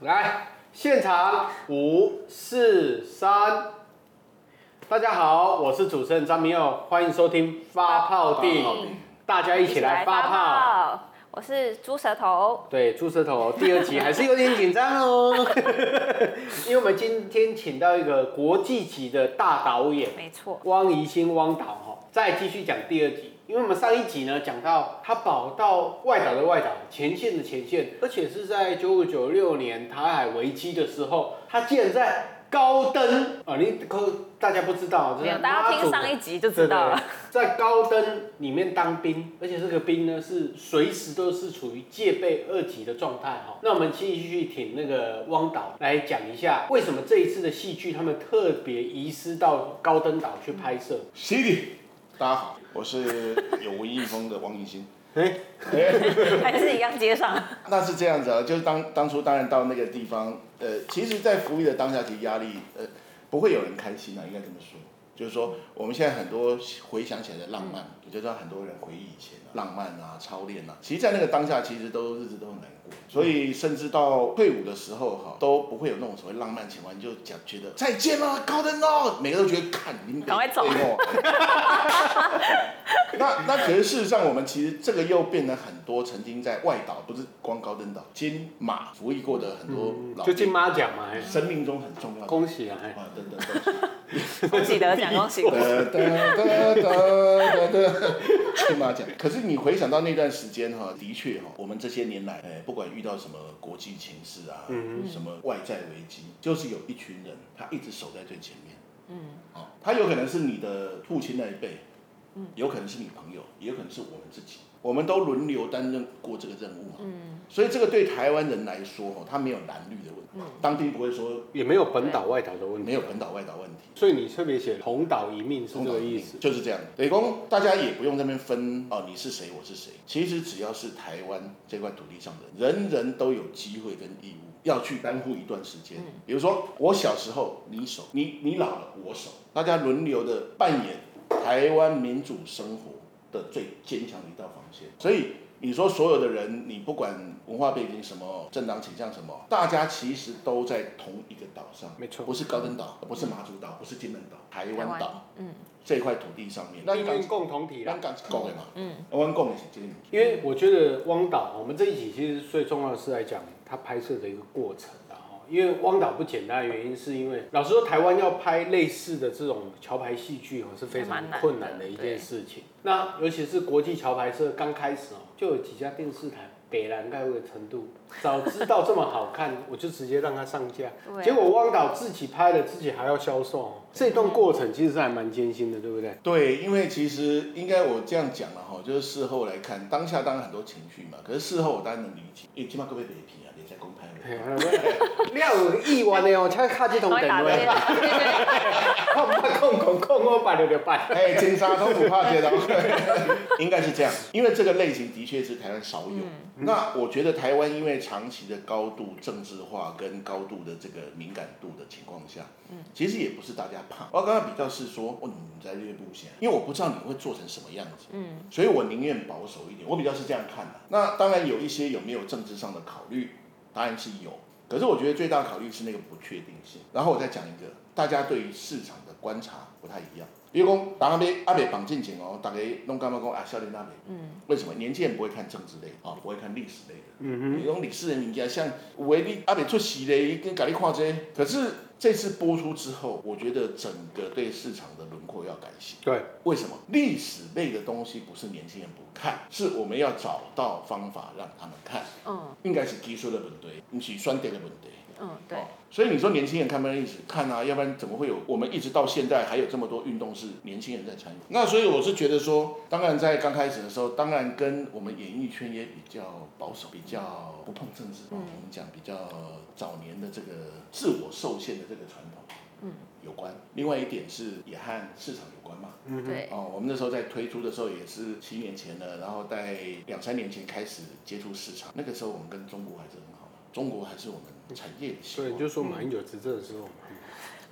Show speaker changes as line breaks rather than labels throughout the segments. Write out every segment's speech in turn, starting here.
来，现场五四三，大家好，我是主持人张明佑，欢迎收听发泡
发
地
泡地，
大家一起来发泡。
泡。我是猪舌头，
对，猪舌头第二集还是有点紧张 哦，因为我们今天请到一个国际级的大导演，
没错，
汪怡兴汪导哈，再继续讲第二集，因为我们上一集呢讲到他跑到外岛的外岛，前线的前线，而且是在九五九六年台海危机的时候，他竟然在高登啊，你可大家不知道，就
没
是
有大家
妈祖
听上一集就知道
对
了。
对对在高登里面当兵，而且这个兵呢是随时都是处于戒备二级的状态哈。那我们继续请那个汪导来讲一下，为什么这一次的戏剧他们特别移师到高登岛去拍摄？
City，大家好，我是有文艺风的王艺兴。
还是一样接上，
那是这样子啊，就是当当初当然到那个地方，呃，其实，在服役的当下，其实压力呃不会有人开心啊，应该这么说。就是说，我们现在很多回想起来的浪漫，我觉得很多人回忆以前、啊、浪漫啊、操练啊，其实，在那个当下，其实都日子都很难过。所以，甚至到退伍的时候哈、都不会有那种所谓浪漫情怀，你就讲觉得再见了，高登哦，每个都觉得看你们
赶快走
对哦 那那可是事实上，我们其实这个又变得很多曾经在外岛，不是光高登岛，金马服役过的很多嗯老
哦嗯就
兵，嗯
金妈奖嘛，哎
生命中很重要的
恭喜啊！哎
啊等等东西。
恭喜得 奖，恭喜！
哒哒哒哒哒哒，金马奖。可是你回想到那段时间哈，的确哈，我们这些年来，哎，不管遇到什么国际情势啊，什么外在危机，就是有一群人，他一直守在最前面。嗯，哦，他有可能是你的父亲那一辈，嗯，有可能是你朋友，也有可能是我们自己，我们都轮流担任过这个任务嘛。嗯，所以这个对台湾人来说，哈，他没有蓝绿的问题，当兵不会说
也没有本岛外岛的问
没
题，
有本岛外岛问题。
所以你特别写红岛一命是这个意思。
就是这样。等于说大家也不用在那边分哦，你是谁，我是谁。其实只要是台湾这块土地上的人，人人都有机会跟义务要去担负一段时间。比如说我小时候你守，你你老了我守，大家轮流的扮演台湾民主生活的最坚强的一道防线。所以。你说所有的人，你不管文化背景什么、政党倾向什么，大家其实都在同一个岛上，
没错
不是高登岛，不是马祖岛，不是金门岛，台
台
湾
湾
岛，
嗯，
这块土地上面，咱
命
港
运共同体啦
咱。港是讲的嘛，嗯，阮讲的是这个，
因为我觉得汪导，我们这一集其实最重要的是来讲他拍摄的一个过程啊。哦因为汪导不简单，原因是因为老实说，台湾要拍类似的这种桥牌戏剧哦，是非常困难的一件事情。那尤其是国际桥牌社刚开始哦，就有几家电视台北蓝盖位的程度，早知道这么好看，我就直接让它上架。
对
结果汪导自己拍了，自己还要销售哦，这段过程其实是还蛮艰辛的，对不对？
对，因为其实应该我这样讲了哈，就是事后来看，当下当然很多情绪嘛，可是事后我当然能理解，因为起码各位北平啊，你在公拍
嘿
了，
我说哎 你要有意愿的哦，才卡 这通
赶快
电
打
话
这。些
空吧空空空，我办就就办。
哎，金沙都不怕接到， 应该是这样，因为这个类型的确是台湾少有。那我觉得台湾因为长期的高度政治化跟高度的这个敏感度的情况下，其实也不是大家怕。我刚刚比较是说，哦，你在略布线，因为我不知道你会做成什么样子，嗯，所以我宁愿保守一点，我比较是这样看的、那当然有一些有没有政治上的考虑，当然是有。可是我觉得最大的考虑是那个不确定性。然后我再讲一个，大家对于市场的观察不太一样。比如讲，当阿北阿北绑进前哦，大家弄干嘛讲啊，少年阿北，嗯，为什么年轻人不会看政治类啊、不会看历史类的？嗯哼，比如讲历史的物件，像有的你阿北出席嘞，跟咖喱看这个可是这次播出之后，我觉得整个对市场的轮廓要改写。
对，
为什么历史类的东西不是年轻人不看，是我们要找到方法让他们看。
嗯
应该是技术的问题，不是选择的问题。
嗯，对
哦，所以你说年轻人看不看历史？看啊，要不然怎么会有我们一直到现在还有这么多运动是年轻人在参与？那所以我是觉得说，当然在刚开始的时候，当然跟我们演艺圈也比较保守，比较
嗯
不碰政治，我们讲比较早年的这个自我受限的这个传统，嗯，有关。另外一点是也和市场有关嘛，
嗯
对，
哦，我们那时候在推出的时候也是七年前了，然后在两三年前开始接触市场。那个时候我们跟中国还是很好，中国还是我们产业的希
所
望
以。就说马英九执政的时候嘛，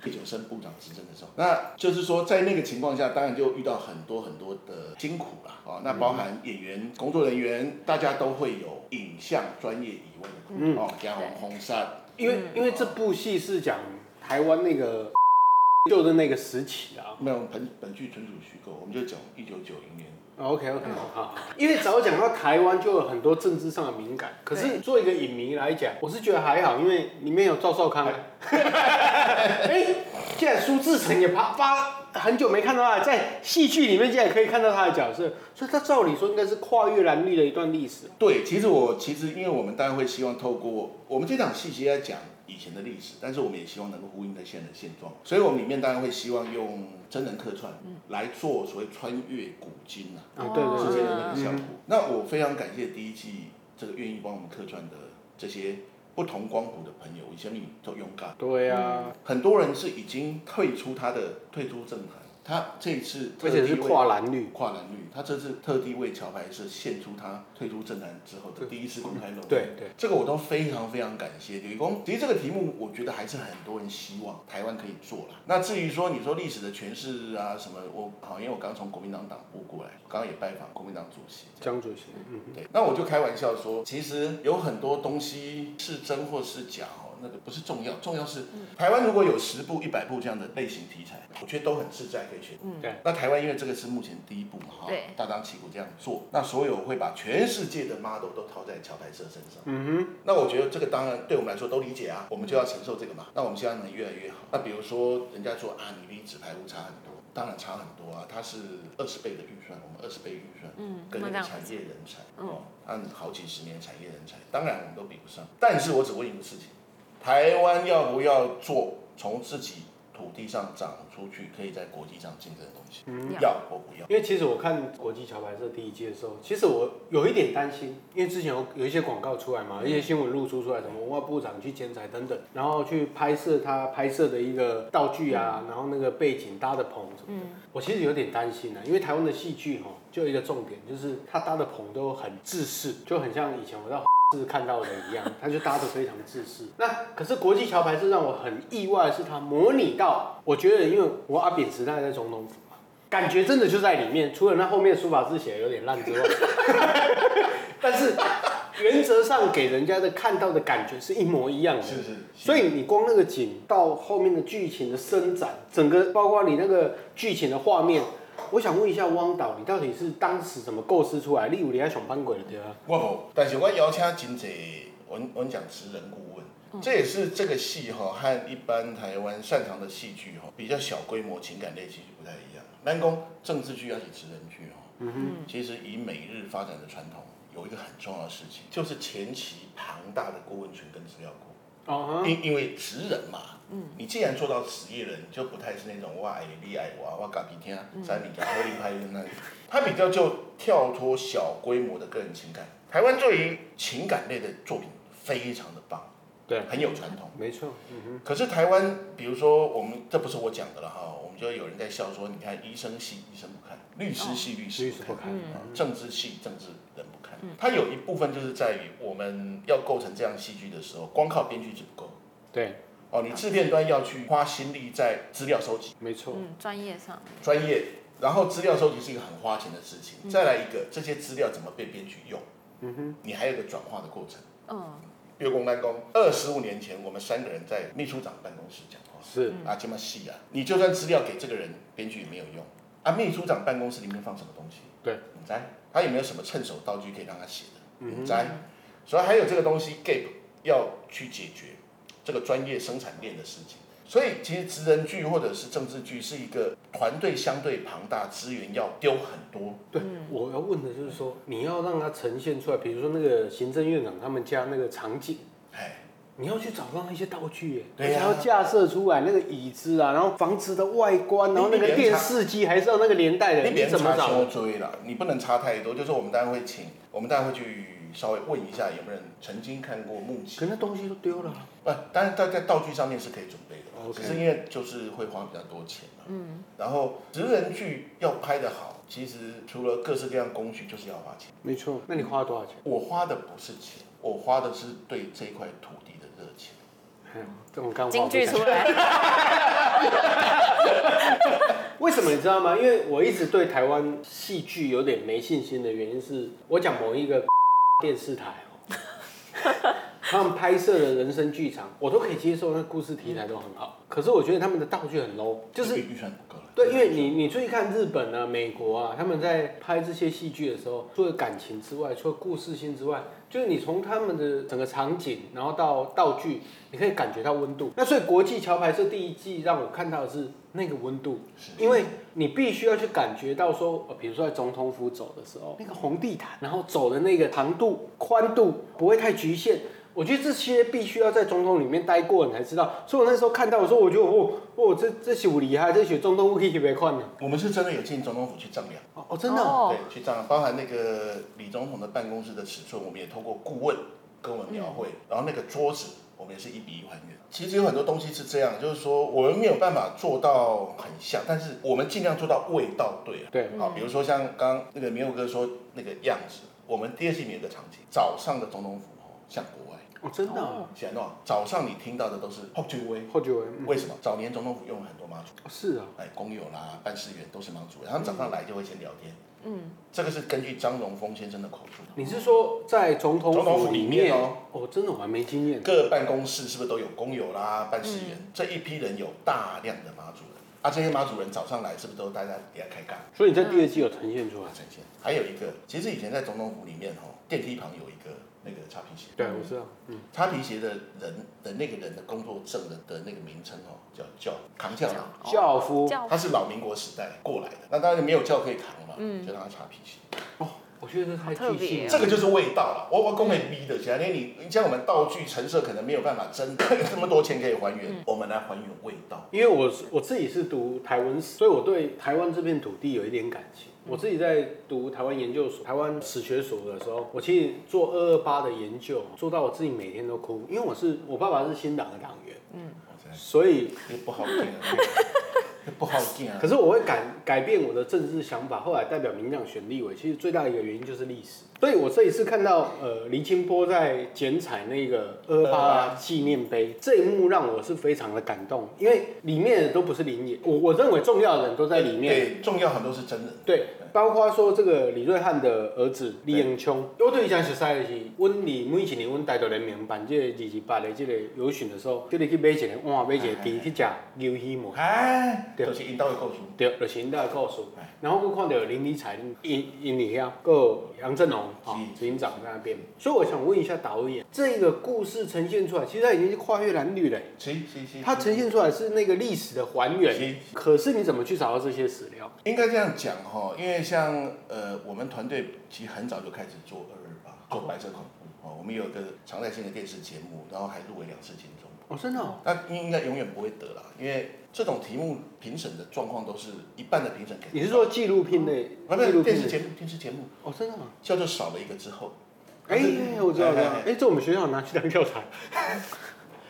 第九生部长执政的时候，那就是说在那个情况下，当然就遇到很多很多的辛苦啦。哦，那包含演员、工作人员，大家都会有影像专业以外的苦。哦，加红红扇。
因为因为这部戏是讲台湾那个 旧的那个时期啊。
没有本本剧纯属虚构，我们就讲一九九零年。
OK OK 好，因为早讲到台湾就有很多政治上的敏感，可是
对
做一个影迷来讲，我是觉得还好，因为里面有赵少康啊。 哎，竟然苏志成也发发很久没看到他，在戏剧里面竟然可以看到他的角色，所以他照理说应该是跨越蓝绿的一段历史。
对，其实我其实因为我们当然会希望透过我们这档戏其实在讲以前的历史，但是我们也希望能够呼应在现在的现状，所以我们里面当然会希望用真人客串来做所谓穿越古今啊
啊，对对
之
对对
间的那个
对
效
嗯
果。那我非常感谢第一季这个愿意帮我们客串的这些不同光谱的朋友，以前你都勇敢，
对啊，
很多人是已经退出他的退出政坛，他这一次
而且是
特地为
跨蓝绿。
跨栏率，他这次特地为桥牌社献出他退出政坛之后的第一次公开露面。
对对，
这个我都非常非常感谢刘一公。其实这个题目，我觉得还是很多人希望台湾可以做啦。那至于说你说历史的诠释啊什么，我好，因为我刚从国民党党部过来，刚刚也拜访国民党主席。
江主席，嗯，
对，那我就开玩笑说，其实有很多东西是真或是假哦，那个不是重要，重要是台湾如果有十部、一百部这样的类型题材，我觉得都很自在可以选。
对
那台湾因为这个是目前第一部嘛，哈
对，
大张旗鼓这样做，那所有会把全世界的 model 都套在桥牌社身上。
嗯哼，
那我觉得这个当然对我们来说都理解啊，我们就要承受这个嘛。那我们希望能越来越好。那比如说人家说啊，你离纸牌屋差很多，当然差很多啊，它是二十倍的预算，我们二十倍预算，
嗯
跟那
那
个
这样
产业人才，
嗯
哦，按好几十年产业人才，当然我们都比不上。但是我只问一个事情，台湾要不要做从自己土地上长出去，可以在国际上竞争的东西？
要
要或不要？
因为其实我看国际桥牌社第一季的时候，其实我有一点担心，因为之前有有一些广告出来嘛，一些新闻露出出来，什么文化部长去剪彩等等，然后去拍摄他拍摄的一个道具啊，然后那个背景搭的棚什
嗯
么的，我其实有点担心啊，因为台湾的戏剧哈，就有一个重点就是他搭的棚都很自式，就很像以前我到。 是看到的一样，他就搭的非常自式。 那可是国际桥牌社让我很意外，是他模拟到，我觉得因为我阿扁时代在总统府嘛，感觉真的就在里面，除了那后面书法字写的有点烂之外， 但是原则上给人家的看到的感觉是一模一样的。
是是是
所以你光那个景到后面的剧情的伸展，整个包括你那个剧情的画面，我想问一下汪导，你到底是当时怎么构思出来？例如你在熊班鬼的对吧？
我无，但是我邀请真济，我我讲职人顾问，这也是这个戏哈、和一般台湾擅长的戏剧哈、比较小规模情感类戏剧不太一样。南宫政治剧要写职人剧哈、
嗯
哼，其实以美日发展的传统，有一个很重要的事情，就是前期庞大的顾问群跟资料库。
哦哈，
因因为职人嘛，你既然做到职业人，就不太是那种哇哎你爱我，我咖比天啊
嗯
三米咖喝一拍那里，他比较就跳脱小规模的个人情感。台湾对于情感类的作品非常的棒，
对，
很有传统。
没错，嗯
可是台湾，比如说我们这不是我讲的了哈，我们就有人在笑说，你看医生系医生不看，律师系律师
哦律
不
师
看
不，看嗯
啊政治系政治人不看。它有一部分就是在于我们要构成这样戏剧的时候，光靠编剧是不够。
哼，对，
哦，你制片端要去花心力在资料收集，
没错，
嗯，专业上
专业，然后资料收集是一个很花钱的事情。再来一个，这些资料怎么被编剧用？
嗯哼，
你还有一个转化的过程。
嗯
比如公单工，二十五年前我们三个人在秘书长办公室讲话，
是
啊，这么细啊，你就算资料给这个人，编剧也没有用。啊，秘书长办公室里面放什么东西？
对，嗯
你猜他有没有什么趁手道具可以让他写的？你猜，所以还有这个东西 gap 要去解决这个专业生产链的事情。所以其实职人剧或者是政治剧是一个团队相对庞大，资源要丢很多，
对，我要问的就是说，你要让它呈现出来，比如说那个行政院长他们家那个场景，
哎，
你要去找到那些道具，而
对啊
且
呀
要架设出来那个椅子啊，然后房子的外观，然后那
你
个
连
电
插
视机还是要那个年代的，
你
哎你
别
怎
插
么
腰
找？
追了，你不能插太多。就是我们当然会请，我们当然会去稍微问一下有没有人曾经看过目击
可那东西都丢了啊、
不，当然呃在在道具上面是可以准备的
OK
只是因为就是会花比较多钱嘛。嗯，然后职人剧要拍得好，其实除了各式各样工序，就是要花钱。
没错，那你花了多少钱？
我花的不是钱，我花的是对这块土地的热情。
哎呀这种干
京
话。
剧出来，
为什么你知道吗？因为我一直对台湾戏剧有 点没信心的原因是，我讲某一个电视台哦，他们拍摄的人生剧场，我都可以接受，那故事题材都很好。可是我觉得他们的道具很 low，就是
预算不够了。
对，因为你你注意看日本啊、美国啊，他们在拍这些戏剧的时候，除了感情之外，除了故事性之外，就是你从他们的整个场景，然后到道具，你可以感觉到温度。那所以国际桥牌社第一季让我看到的是那个温度，因为你必须要去感觉到说，呃，比如说在总统府走的时候，那个红地毯，然后走的那个长度、宽度不会太局限。我觉得这些必须要在总统里面待过，你才知道。所以我那时候看到，我说我觉得哦，哦，这这些我厉害，这些中东我可以别看呢。
我们是真的有进总统府去丈量，
哦哦，真的哦、
哦
对，去丈量，包含那个李总统的办公室的尺寸，我们也透过顾问跟我们描绘，然后那个桌子。我们也是一比一还原。其实有很多东西是这样，就是说我们没有办法做到很像，但是我们尽量做到味道对了。
对，
好，比如说像刚刚那个明佑哥说那个样子，我们第二季里面有个场景，早上的总统府哦，像国外，
哦真的哦、
显然哦，早上你听到的都是后就威，
后久闻，嗯
为什么？早年总统府用了很多妈祖，
哦是啊，
哎，工友啦、办事员都是妈祖，然后早上来就会先聊天，
嗯，
这个是根据张荣峰先生的口述。
你是说在总统
总统府
府
里
里
面
面
哦？
哦，真的我还没经验。
各办公室是不是都有工友啦、办事员？这一批人有大量的妈祖人，啊，这些妈祖人早上来是不是都大家给他开杠？
所以你在第二季有呈现出来？
呈现。还有一个，其实以前在总统府里面哦，电梯旁有一个那个擦皮鞋，
对，我知道，嗯，
擦皮鞋的人的那个人的工作证的的那个名称哦，叫叫扛轿郎，
哦
教夫，
教
他是老民国时代过来的，那当然没有轿可以扛嘛，就让他擦皮鞋，
哦，我觉得这太
好特
具
别
性
哦
了。
这个就是味道了。我我工给逼的，其他连你你像我们道具陈设可能没有办法真的这么多钱可以还原，我们来还原味 道。
因为我是我自己是读台文史，所以我对台湾这片土地有一点感情。我自己在读台湾研究所、台湾史学所的时候，我其实做二二八的研究，做到我自己每天都哭，因为我是我爸爸是新党的党员，
哇真的
所以
这个不好听啊，这个不好听啊
可。是我会改改变我的政治想法，后来代表民进党选立委，其实最大的一个原因就是历史。所以我这一次看到呃林清波在剪彩那个二八纪念碑这一幕，让我是非常的感动，因为里面的都不是林野，我我认为重要的人都在里面。
对，重要很多是真人。
对，包括说这个李瑞汉的儿子李英秋，我对伊讲实在的是，阮里每一年阮台到人民办这个二二八的这个游巡的时候，就得去买一个碗，买一个猪去食牛耳膜。
哎，
对
就是引导的构筑。
对，就是因的故事
哎。
然后我看到林理彩、因因里遐，还有杨振龙啊，执
是
行长在那边。所以我想问一下导演，这个故事呈现出来，其实它已经是跨越蓝绿了。
行行行，
它呈现出来是那个历史的还
是
原，可是你怎么去找到这些史料？
应该这样讲哈，因为像呃，我们团队其实很早就开始做二二八，做白色恐怖哦，我们有个常态性的电视节目，然后还入围两次金钟。
哦，真的哦，
那应该永远不会得啦，因为这种题目评审的状况都是一半的评审给。
你是说纪录片类？
不
纪录
是电
片
视
类
节目，电视节目
哦，真的哦。
叫做少了一个之后，
哎，我知道，我知道
哎哎。
哎，这我们学校拿去当教材。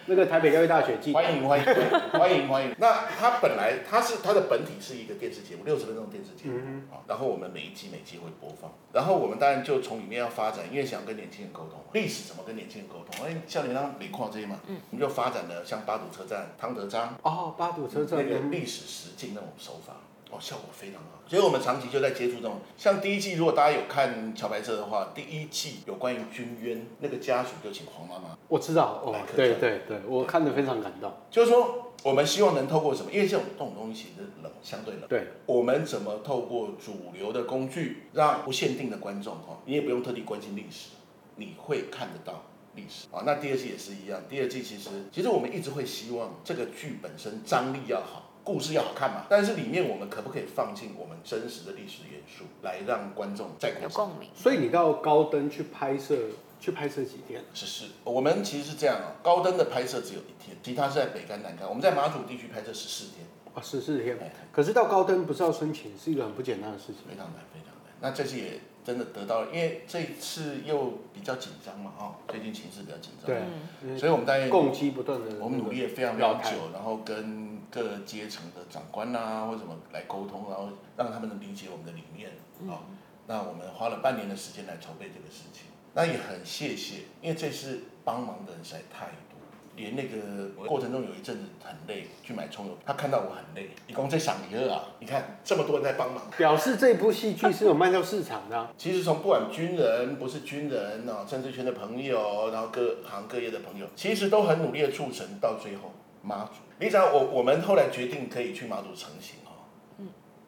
那个台北教育大学记
欢 迎欢迎欢迎欢迎。那它本来它是它的本体是一个电视节目，六十分钟的电视节目
嗯
啊、然后我们每一集每集会播放，然后我们当然就从里面要发展，因为想跟年轻人沟通，历史怎么跟年轻人沟通？哎，像你刚刚李矿这些嘛，嗯，我们就发展了像八堵车站、汤德章
哦，八堵车
那
站
个历史实境那种手法。哦，效果非常好，所以我们长期就在接触这种，像第一季，如果大家有看《桥牌社》的话，第一季有关于军冤那个家属，就请黄妈妈
我知道哦
来客，
对
栈
对对，我看得非常感动。
就是说，我们希望能透过什么？因为这种这种东西其实冷，相对冷。
对，
我们怎么透过主流的工具，让不限定的观众哈，你也不用特地关心历史，你会看得到历史啊。那第二季也是一样，第二季其实其实我们一直会希望这个剧本身张力要好。故事要好看嘛，但是里面我们可不可以放进我们真实的历史元素，来让观众在
有
观
共鸣，
所以你到高登去拍摄，去拍摄几天？
是是，我们其实是这样啊、高登的拍摄只有一天，其他是在北干南干，我们在马祖地区拍摄十四天。
哦，十四天
哎。
可是到高登不是要申请，是一个很不简单的事情。
非常难，非常难。那这次也真的得到了，因为这一次又比较紧张嘛，哦，最近情势比较紧张，
对，
所以我们大概
共机不断的，
我们努力也非常非
要
常
看
久，然后跟各阶层的长官啊或什么来沟通，然后让他们能理解我们的理念
嗯
啊、那我们花了半年的时间来筹备这个事情，那也很谢谢，因为这次帮忙的人实在太多，连那个我过程中有一阵子很累，去买葱油，他看到我很累，你光在想你饿啊，你看这么多人在帮忙。
表示这部戏剧是有卖到市场 的啊、
其实从不管军人、不是军人啊，政治圈的朋友，然后各行各业的朋友，其实都很努力的促成到最后妈祖。你知道我我们后来决定可以去妈祖成型哦，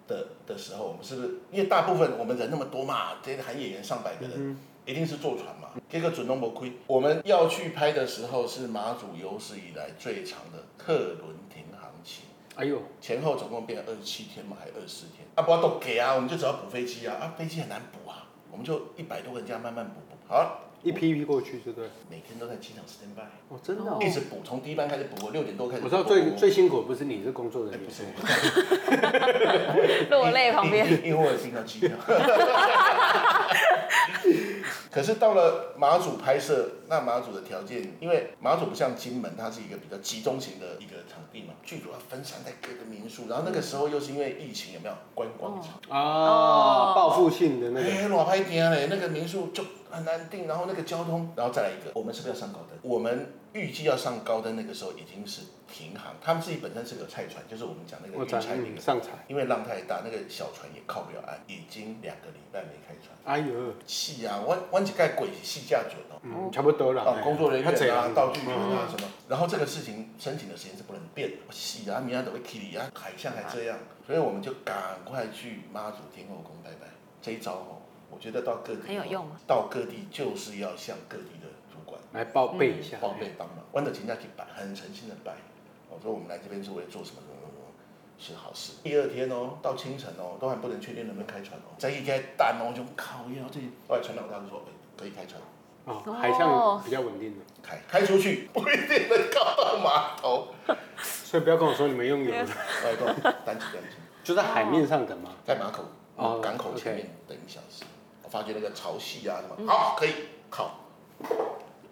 的的时候，我们是不是因为大部分我们人那么多嘛，这些韩演员上百个人，一定是坐船嘛，这个准龙不亏。我们要去拍的时候是马祖有史以来最长的客轮停航期。
哎呦，
前后总共变二十七天嘛，还二十天啊，不要都给啊，我们就只要补飞机啊，啊，飞机很难补啊，我们就一百多个人这样慢慢补补，好，
一批一批过去，对不对？
每天都在机场 stand by，
哦，真的、哦。
一直补，从第一班开始补，我六点多开始
我
补。
知道最最辛苦的不是你，是工作人员。
哎不是，
落泪旁边。
因为我有订到机票。 可是到了马祖拍摄，那马祖的条件，因为马祖不像金门，它是一个比较集中型的一个场地嘛，剧组要分散在各个民宿，然后那个时候又是因为疫情，有没有观光潮？
啊，
哦
报复性的那个，
哎，乱拍天嘞，那个民宿就很难订，然后那个交通，然后再来一个，我们是不是要上高登？我们预计要上高登那个时候已经是停航，他们自己本身是个菜船，就是我们讲那个
我
渔
展
船那个，
上台。
因为浪太大，那个小船也靠不了岸，已经两个礼拜没开船。
哎呦，
是啊，我我一盖鬼是戏架准哦，
嗯，差不多了。
啊，工作人
他这
员啊
样，
道具人
嗯
啊什么，然后这个事情申请的时间是不能变的，我是啊，明天都会 k 啊，海象还这样，所以我们就赶快去妈祖天后宫拜拜。这一招哦，我觉得到各地
很有用吗？
到各地就是要向各地的主管
来报备一下。
嗯报备帮忙，弯着请假去拜，很诚心的拜。我说我们来这边是为了做什么什么什么什么，是好事。第二天哦，到清晨哦，都还不能确定能不能开船哦，再一开蛋哦，就靠腰这，后来船长他就说，哎可以开船。
哦
哦，
海象比较稳定的，
开开出去，不一定能靠到码头。
所以不要跟我说你们用油的，
外公，单子单子，
就在海面上等嘛。
在马口、
哦
港口
OK
前面等一小时。我发觉那个潮汐啊什么，好可以靠。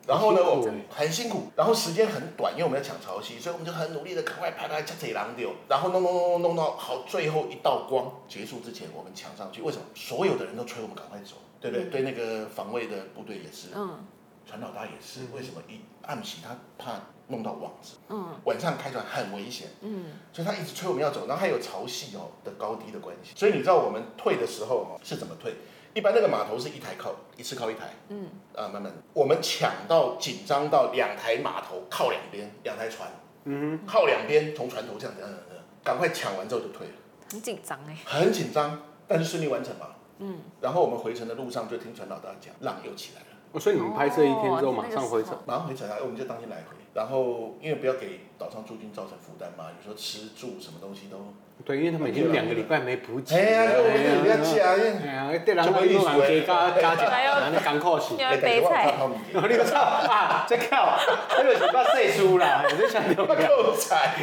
然后呢，
辛苦
我们很辛苦，然后时间很短，因为我们要抢潮汐，所以我们就很努力的赶快拍拍加贼狼丢，然后弄弄弄弄弄到好最后一道光结束之前，我们抢上去。为什么？所有的人都催我们赶快走，对
嗯
不对？对那个防卫的部队也是，
嗯
船老大也是。为什么一暗喜他怕弄到网子，
嗯
晚上开船很危险。
嗯，
所以他一直催我们要走，然后还有潮汐哦的高低的关系，所以你知道我们退的时候哦是怎么退？一般那个码头是一台靠一次靠一台，
嗯，
啊慢慢，我们抢到紧张到两台码头靠两边，两台船
嗯
靠两边从船头这样这样这样这样，嗯赶快抢完之后就退了，
很紧张哎。
很紧张，但是顺利完成嘛。
嗯，
然后我们回程的路上就听船老大讲，浪又起来了。
哼，哦所以你们拍摄一天之后
哦
马上回
那个时
程
候，
马上回程啊，我们就当天来回。然后因为不要给岛上驻军造成负担嘛，有时候吃住什么东西都
对，因为他们已经两个礼拜没补给了。
哎呀，我
哎
们
呀
不要吃啊，因为
哎呀，对人啊，你弄人家加加加，那艰苦死。
要
哎
杯
等一下
菜
我有看，到你
然后你个操啊，这靠，这个是把岁数啦，我就想
我
到。
够菜。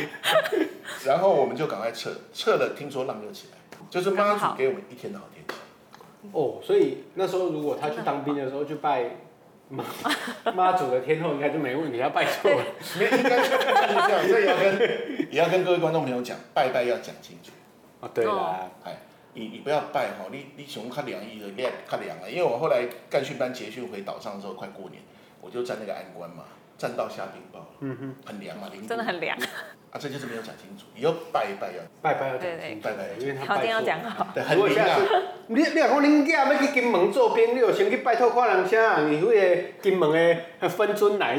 然后我们就赶快撤，撤了，听说浪又起来，就是妈祖给我们一天的好天气。
哦，所以那时候如果他去当兵的时候去拜妈妈祖的天后，应该就没问题，他拜错了。
没应该就是这样，所以要跟也要跟各位观众朋友讲，拜拜要讲清楚。
哦，对啦，
哎，你你不要拜哈，你你喜欢看凉意的，你也看凉啊。因为我后来干训班结训回岛上的时候，快过年，我就站那个安官嘛，站到下冰雹了，
嗯哼，
很凉嘛，零度
真的 很凉，
啊，这就是没有讲清楚，以后拜一拜要
拜拜要讲清楚
对对，
因为他
条
拜
件要
错
讲
了。
好。
对，很
如果
灵
下
啊
次。你你若讲恁囝要去金门做兵，你就先去拜托看人啥人，迄个金门的分尊来。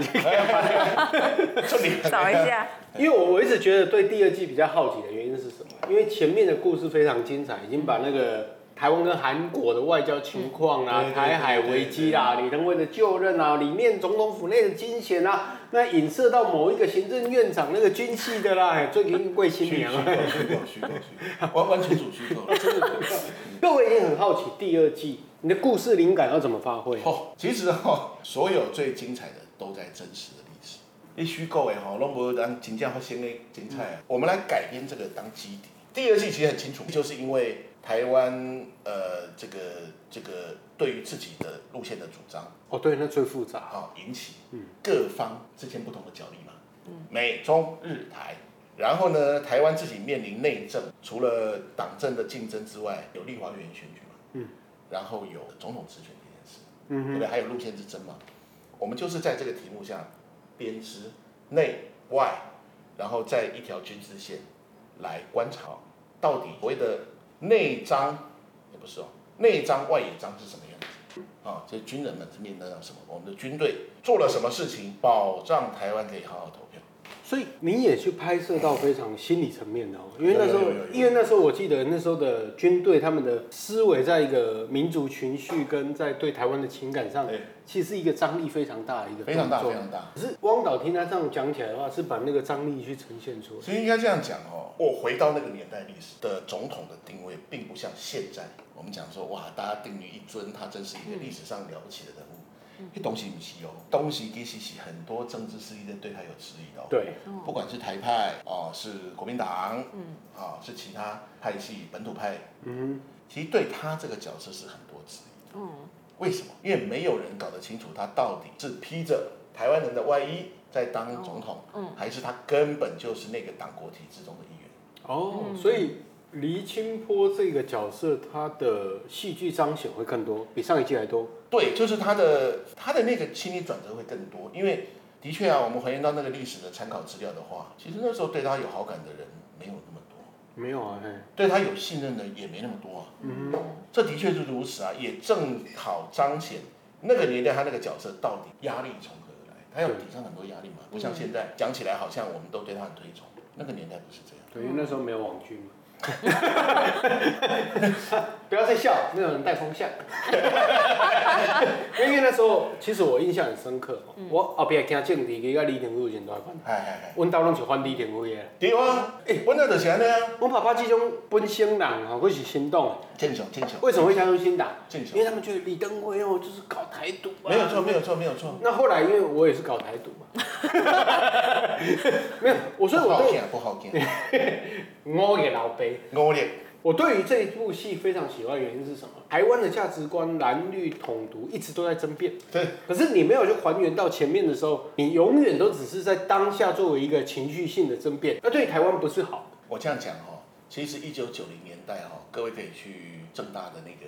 这里很
找一下，
因为我我一直觉得对第二季比较好奇的原因是什么？因为前面的故事非常精彩，已经把那个台湾跟韩国的外交情况啊、
嗯对对对
台海危机啊、李登辉的就任啊、里面总统府内的金钱啊，那影射到某一个行政院长那个军系的啦，哎最近贵新
虚
娘
构
啊。
虚构虚构虚构，完完全属虚构了，真的。
各位一定很好奇第二季你的故事灵感要怎么发挥？
哦，其实哦，所有最精彩的都在真实的历史。你虚构的吼，拢无咱真正发生的精彩啊。我们来改编这个当基底。第二季其实很清楚，就是因为台湾呃这个这个对于自己的路线的主张，
哦，对，那最复杂。
好、啊引起
嗯
各方之间不同的角力嘛，美中日台。然后呢，台湾自己面临内政，除了党政的竞争之外，有立法院选举嘛，
嗯，
然后有总统直选这件事，
嗯
对不
哼，
对？还有路线之争嘛，我们就是在这个题目下编织内外，然后再一条均值线来观察到底所谓的内张，也不是哦，内张外野张是什么样子？啊，这军人们是面对到什么？我们的军队做了什么事情，保障台湾可以好好投票？
所以你也去拍摄到非常心理层面的哦，因为那时候
有有有有，
因为那时候我记得那时候的军队他们的思维在一个民族情绪跟在对台湾的情感上
对，
其实是一个张力非常大的一个
哎非常大，
动
非
作
常大。
可是汪导听他这样讲起来的话，是把那个张力去呈现出来。
所以应该这样讲哦，我回到那个年代历史的总统的定位，并不像现在我们讲说哇，大家定于一尊，他真是一个历史上了不起的人物。
嗯
那东西不是哦，东西其实是很多政治势力在对他有质疑的、哦。
对，
不管是台派哦，是国民党，
嗯，
啊、是其他派系本土派，
嗯
其实对他这个角色是很多质疑。
嗯，
为什么？因为没有人搞得清楚他到底是披着台湾人的外衣在当总统，
嗯
还是他根本就是那个党国体制中的一员。
哼，哦，所以黎清坡这个角色，他的戏剧彰显会更多，比上一季还多。
对，就是他的他的那个心理转折会更多，因为的确啊，我们还原到那个历史的参考资料的话，其实那时候对他有好感的人没有那么多，
没有啊，嘿，
对他有信任的也没那么多啊。
嗯
这的确是如此啊，也正好彰显那个年代他那个角色到底压力从何而来，他要抵抗很多压力嘛，不像现在讲起来好像我们都对他很推崇，那个年代不是这样。
对，因为那时候没有网军 嘛。不要再笑，那有人带风向。 因为那时候，其实我印象很深刻，我后壁听政治，伊甲李廷辉真大款，
哎哎哎，
阮兜拢是反李廷辉的。
对啊，哎，本来就是安尼啊，
阮爸爸这种本省人吼，佫是新党的，
正常正常，
为什么会加入新党？
正常
因为他们觉得李登辉哦，就是搞台独啊。
没有错没有错没有错，
那后来，因为我也是搞台独嘛， 没有，我所以
不
我
好
对
见不好见，
我给老辈，
我咧。
我对于这一部戏非常喜欢，原因是什么？台湾的价值观蓝绿统独一直都在争辩，
对，
可是你没有去还原到前面的时候，你永远都只是在当下作为一个情绪性的争辩，那对台湾不是好。
我这样讲哦，其实一九九零年代哦，各位可以去正大的那个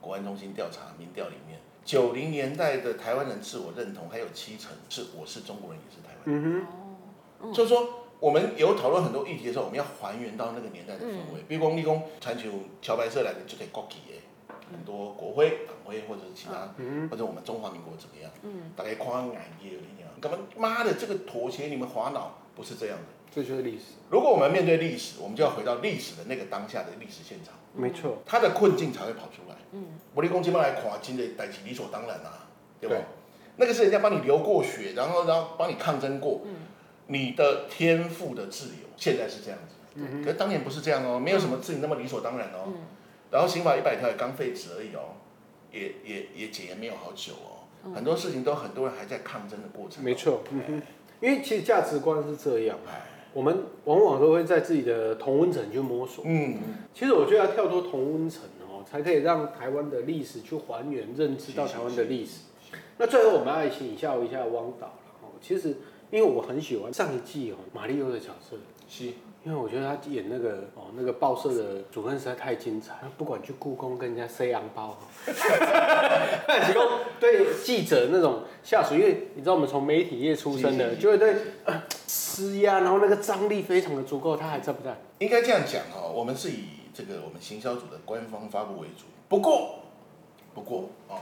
国安中心调查民调里面，九零年代的台湾人自我认同还有七成是我是中国人也是台湾人，
嗯
就是说。我们有讨论很多议题的时候，我们要还原到那个年代的氛围。比如讲，你讲传球桥白色来的就可以国旗的，很多国徽、党徽或者是其他，
嗯
或者我们中华民国怎么样？
嗯，
大概夸眼也有一样。干嘛？妈的，这个妥协你们滑脑不是这样的。
哼，这就是历史，
如果我们面对历史，我们就要回到历史的那个当下的历史现场，
没错。
他的困境才会跑出来。
嗯，
我立功基本来垮，金的代起理所当然啊，对吧？
对
那个是人家帮你流过血，然后然后帮你抗争过，
嗯
你的天赋的自由，现在是这样子，
嗯
可是当年不是这样哦，没有什么自由那么理所当然哦。
嗯
然后刑法一百条也刚废止而已哦，也也也解严没有好久哦，
嗯
很多事情都很多人还在抗争的过程、
没错嗯
哎
因为其实价值观是这样，
哎
我们往往都会在自己的同温层去摸索。
嗯，
其实我觉得要跳脱同温层哦，才可以让台湾的历史去还原、认知到台湾的历史。那最后我们要请教一下汪导了哦。其实因为我很喜欢上一季哦马里欧的角色，
是
因为我觉得他演那个哦那个报社的主任实在太精彩，不管去故宫跟人家塞洋包哦，提供对记者那种下属，因为你知道我们从媒体业出身的，
是是是
就会对呃施压，然后那个张力非常的足够，他还在不在？
应该这样讲哦，我们是以这个我们行销组的官方发布为主。不过，不过哦，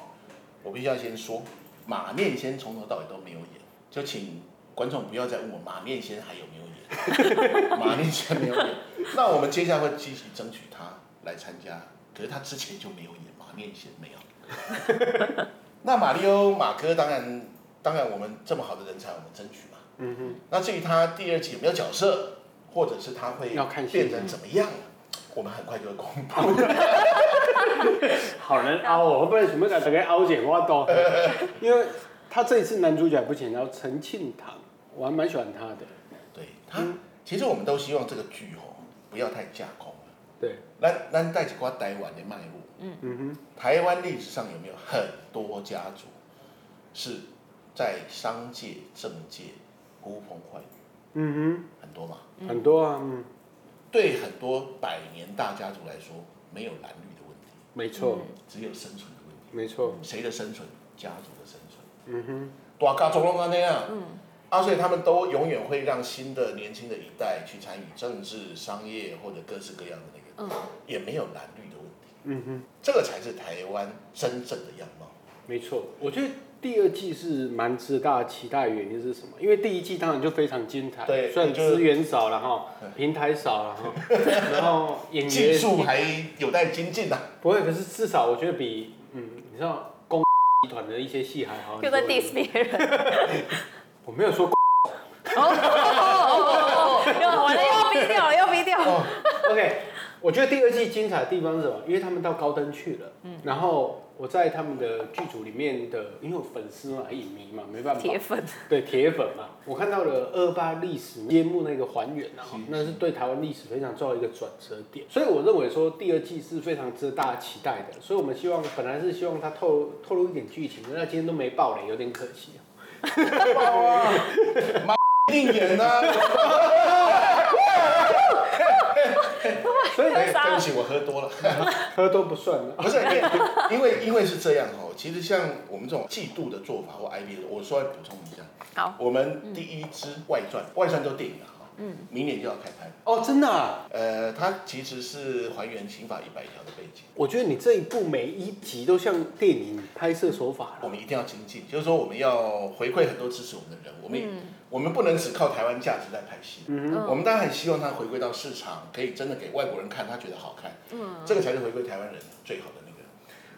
我必须要先说，马念先从头到尾都没有演，就请观众不要再问我马念先还有没有演， 马念先没有演。那我们接下来会积极争取他来参加，可是他之前就没有演马念先没有。 那马里欧马哥当然，当然我们这么好的人才，我们争取嘛。
嗯哼，
那至于他第二季有没有角色，或者是他会
要看戏
变成怎么样，我们很快就会公布。
好难凹哦，不然想要把大家凹减我都。因为他这一次男主角不请到陈庆堂，我还蛮喜欢他的。
对他，其实我们都希望这个剧哦不要太架空了。
对，
咱咱带几挂台湾的脉络，
嗯
台湾历史上有没有很多家族是在商界、政界呼风唤雨，
哼，嗯
很多嘛？
哼，很多啊，嗯，
对很多百年大家族来说，没有蓝绿的问题，
没错，
只有生存的问题。
没错，
谁的生存？家族的生存。
嗯哼，
大家族拢安尼啊。啊，所以他们都永远会让新的年轻的一代去参与政治、商业或者各式各样的那个，也没有蓝绿的问题。
嗯哼。
这个才是台湾真正的样貌。
没错，我觉得第二季是蛮值得大家期待的原因是什么？因为第一季当然就非常精彩，
对
虽然
就是
资源少了哈，平台少了哈，然后演
技
员
术还有待精 进啊。
不会，可是至少我觉得比嗯，你知道公集团的一些戏还好很多。
又在 diss 别人，
我没有说公，
哦哦哦哦哦，又完了，又要逼掉了，又要逼掉了，
OK，我觉得第二季精彩的地方是什么？因为他们到高登去了，嗯，然后我在他们的剧组里面的，因为我粉丝嘛、影迷嘛，没办法，
铁粉，
对铁粉嘛，我看到了二八历史揭幕那个还原啊
是，
嗯
那是对台湾历史非常重要的一个转折点，所以我认为说第二季是非常值得大家期待的，所以我们希望本来是希望它透露透露一点剧情的，那今天都没爆雷，有点可 惜啊。
哇，妈一啊定演呐！
所以
哎对不起，我喝多了。
喝都不算了，
不是，因为因为因为是这样哦。其实像我们这种季度的做法或 IP，我稍微补充一下，
好，
我们第一支外传，外传都电影了哈，嗯，明年就要开拍。
哦，真的、啊。
呃，它其实是还原刑法一百条的背景。
我觉得你这一部每一集都像电影拍摄手法
我
了，
们一定要精进，就是说我们要回馈很多支持我们的人，我们、我们不能只靠台湾价值在拍戏，我们当然很希望它回归到市场，可以真的给外国人看，他觉得好看，嗯，这个才是回归台湾人最好的那个。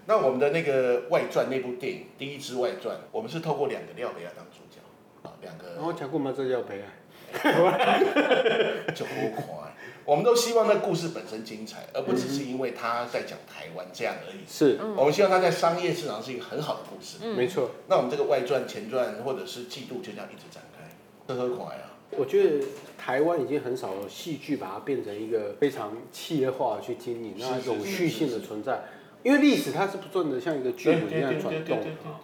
那我们的那个外传那部电影，第一支外传，我们是透过两个廖北亚当主角，啊，两个
然后讲过吗？这叫悲哀。
就不快，我们都希望那故事本身精彩，而不只是因为他在讲台湾这样而已。
是，
嗯
我们希望他在商业市场是一个很好的故事，
没错。
那我们这个外传、前传或者是季度就这样一直展开，这何苦啊呀？
我觉得台湾已经很少有戏剧把它变成一个非常企业化的去经营，
是
那有
是
序
是
性的
是
存在。因为历史它是不断的像一个巨轮一样转动的哈。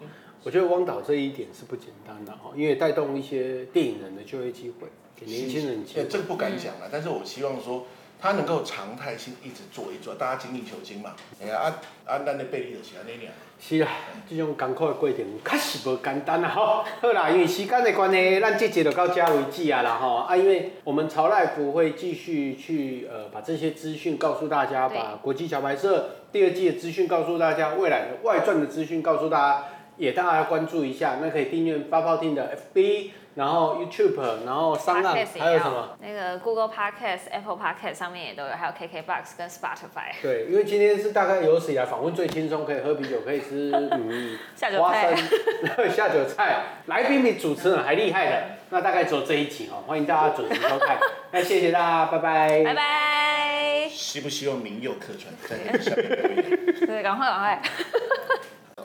我觉得汪导这一点是不简单的哈，因为带动一些电影人的就业机会，给年轻人机
呃
会。
这个不敢讲了，但是我希望说他能够常态性一直做一做，大家精益求精嘛。哎呀，啊啊，咱的贝利的是安尼俩，。
是啦，这种艰苦的过程确实无简单啦啊吼。 好啦，因为时间的关系，咱这集就到这为止啊啦吼。啊，因为我们潮赖福会继续去呃把这些资讯告诉大家，
对
把国际桥牌社第二季的资讯告诉大家，未来的外传的资讯告诉大家，也大家关注一下。那可以订阅八炮听的 FB，然后 YouTube，然后商岸，
Podcast
还有
也
什么？
有，那个 Google Podcast、Apple Podcast 上面也都有，还有 KKBox 跟 Spotify。
对，因为今天是大概有史以来访问最轻松，可以喝啤酒，可以吃嗯
下酒
花
菜
生下酒菜，来宾比主持人还厉害的。那大概只有这一集哦，欢迎大家准时收 看。那谢谢大家，拜拜。
拜拜
希不希望民佑客串在这个下面留言？
对，赶快赶快。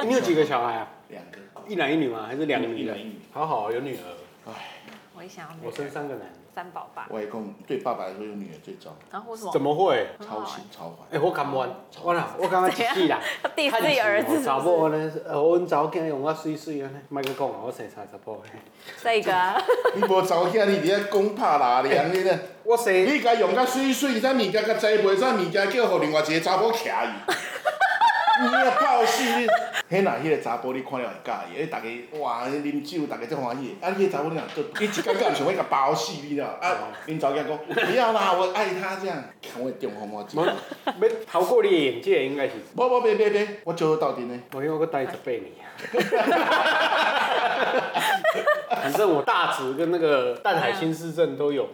你有几个小孩啊？
两个，
一男一女吗？还是两个
一
女的
男一女？
好好，有女儿。
哎，
我也想要那
我生
个
三个男的。
三宝爸。
外公对爸爸来说，有女儿最糟，
然后为什么？
怎么会？
很好
超
欸
心超怀。
哎、我感完，我啦，我刚刚一世 人。
他第四己儿子是
啊查
不是？
某呢？呃，阮查某囝用我水水安尼，莫去讲啊，我生三十甫。
再一个啊，
你无早起，你伫遐讲拍哪凉你呢？
我生
你甲用甲水水，咱物件甲栽培，咱物件叫互另外一个查甫徛伊。你啊爆死你！迄若迄个查甫你看了会介意，迄逐个哇，迄啉酒，逐个真欢喜。啊，迄个查甫你若做，伊一感觉想要甲包死你了。啊，恁查某囝讲不要啦，我爱他这样。看我中风我
无，
真。
要逃过你的眼界，应该是。
无无别别别，我招到底呢。
我因为我待十八年， 反正我大直跟那个淡海新市镇都有。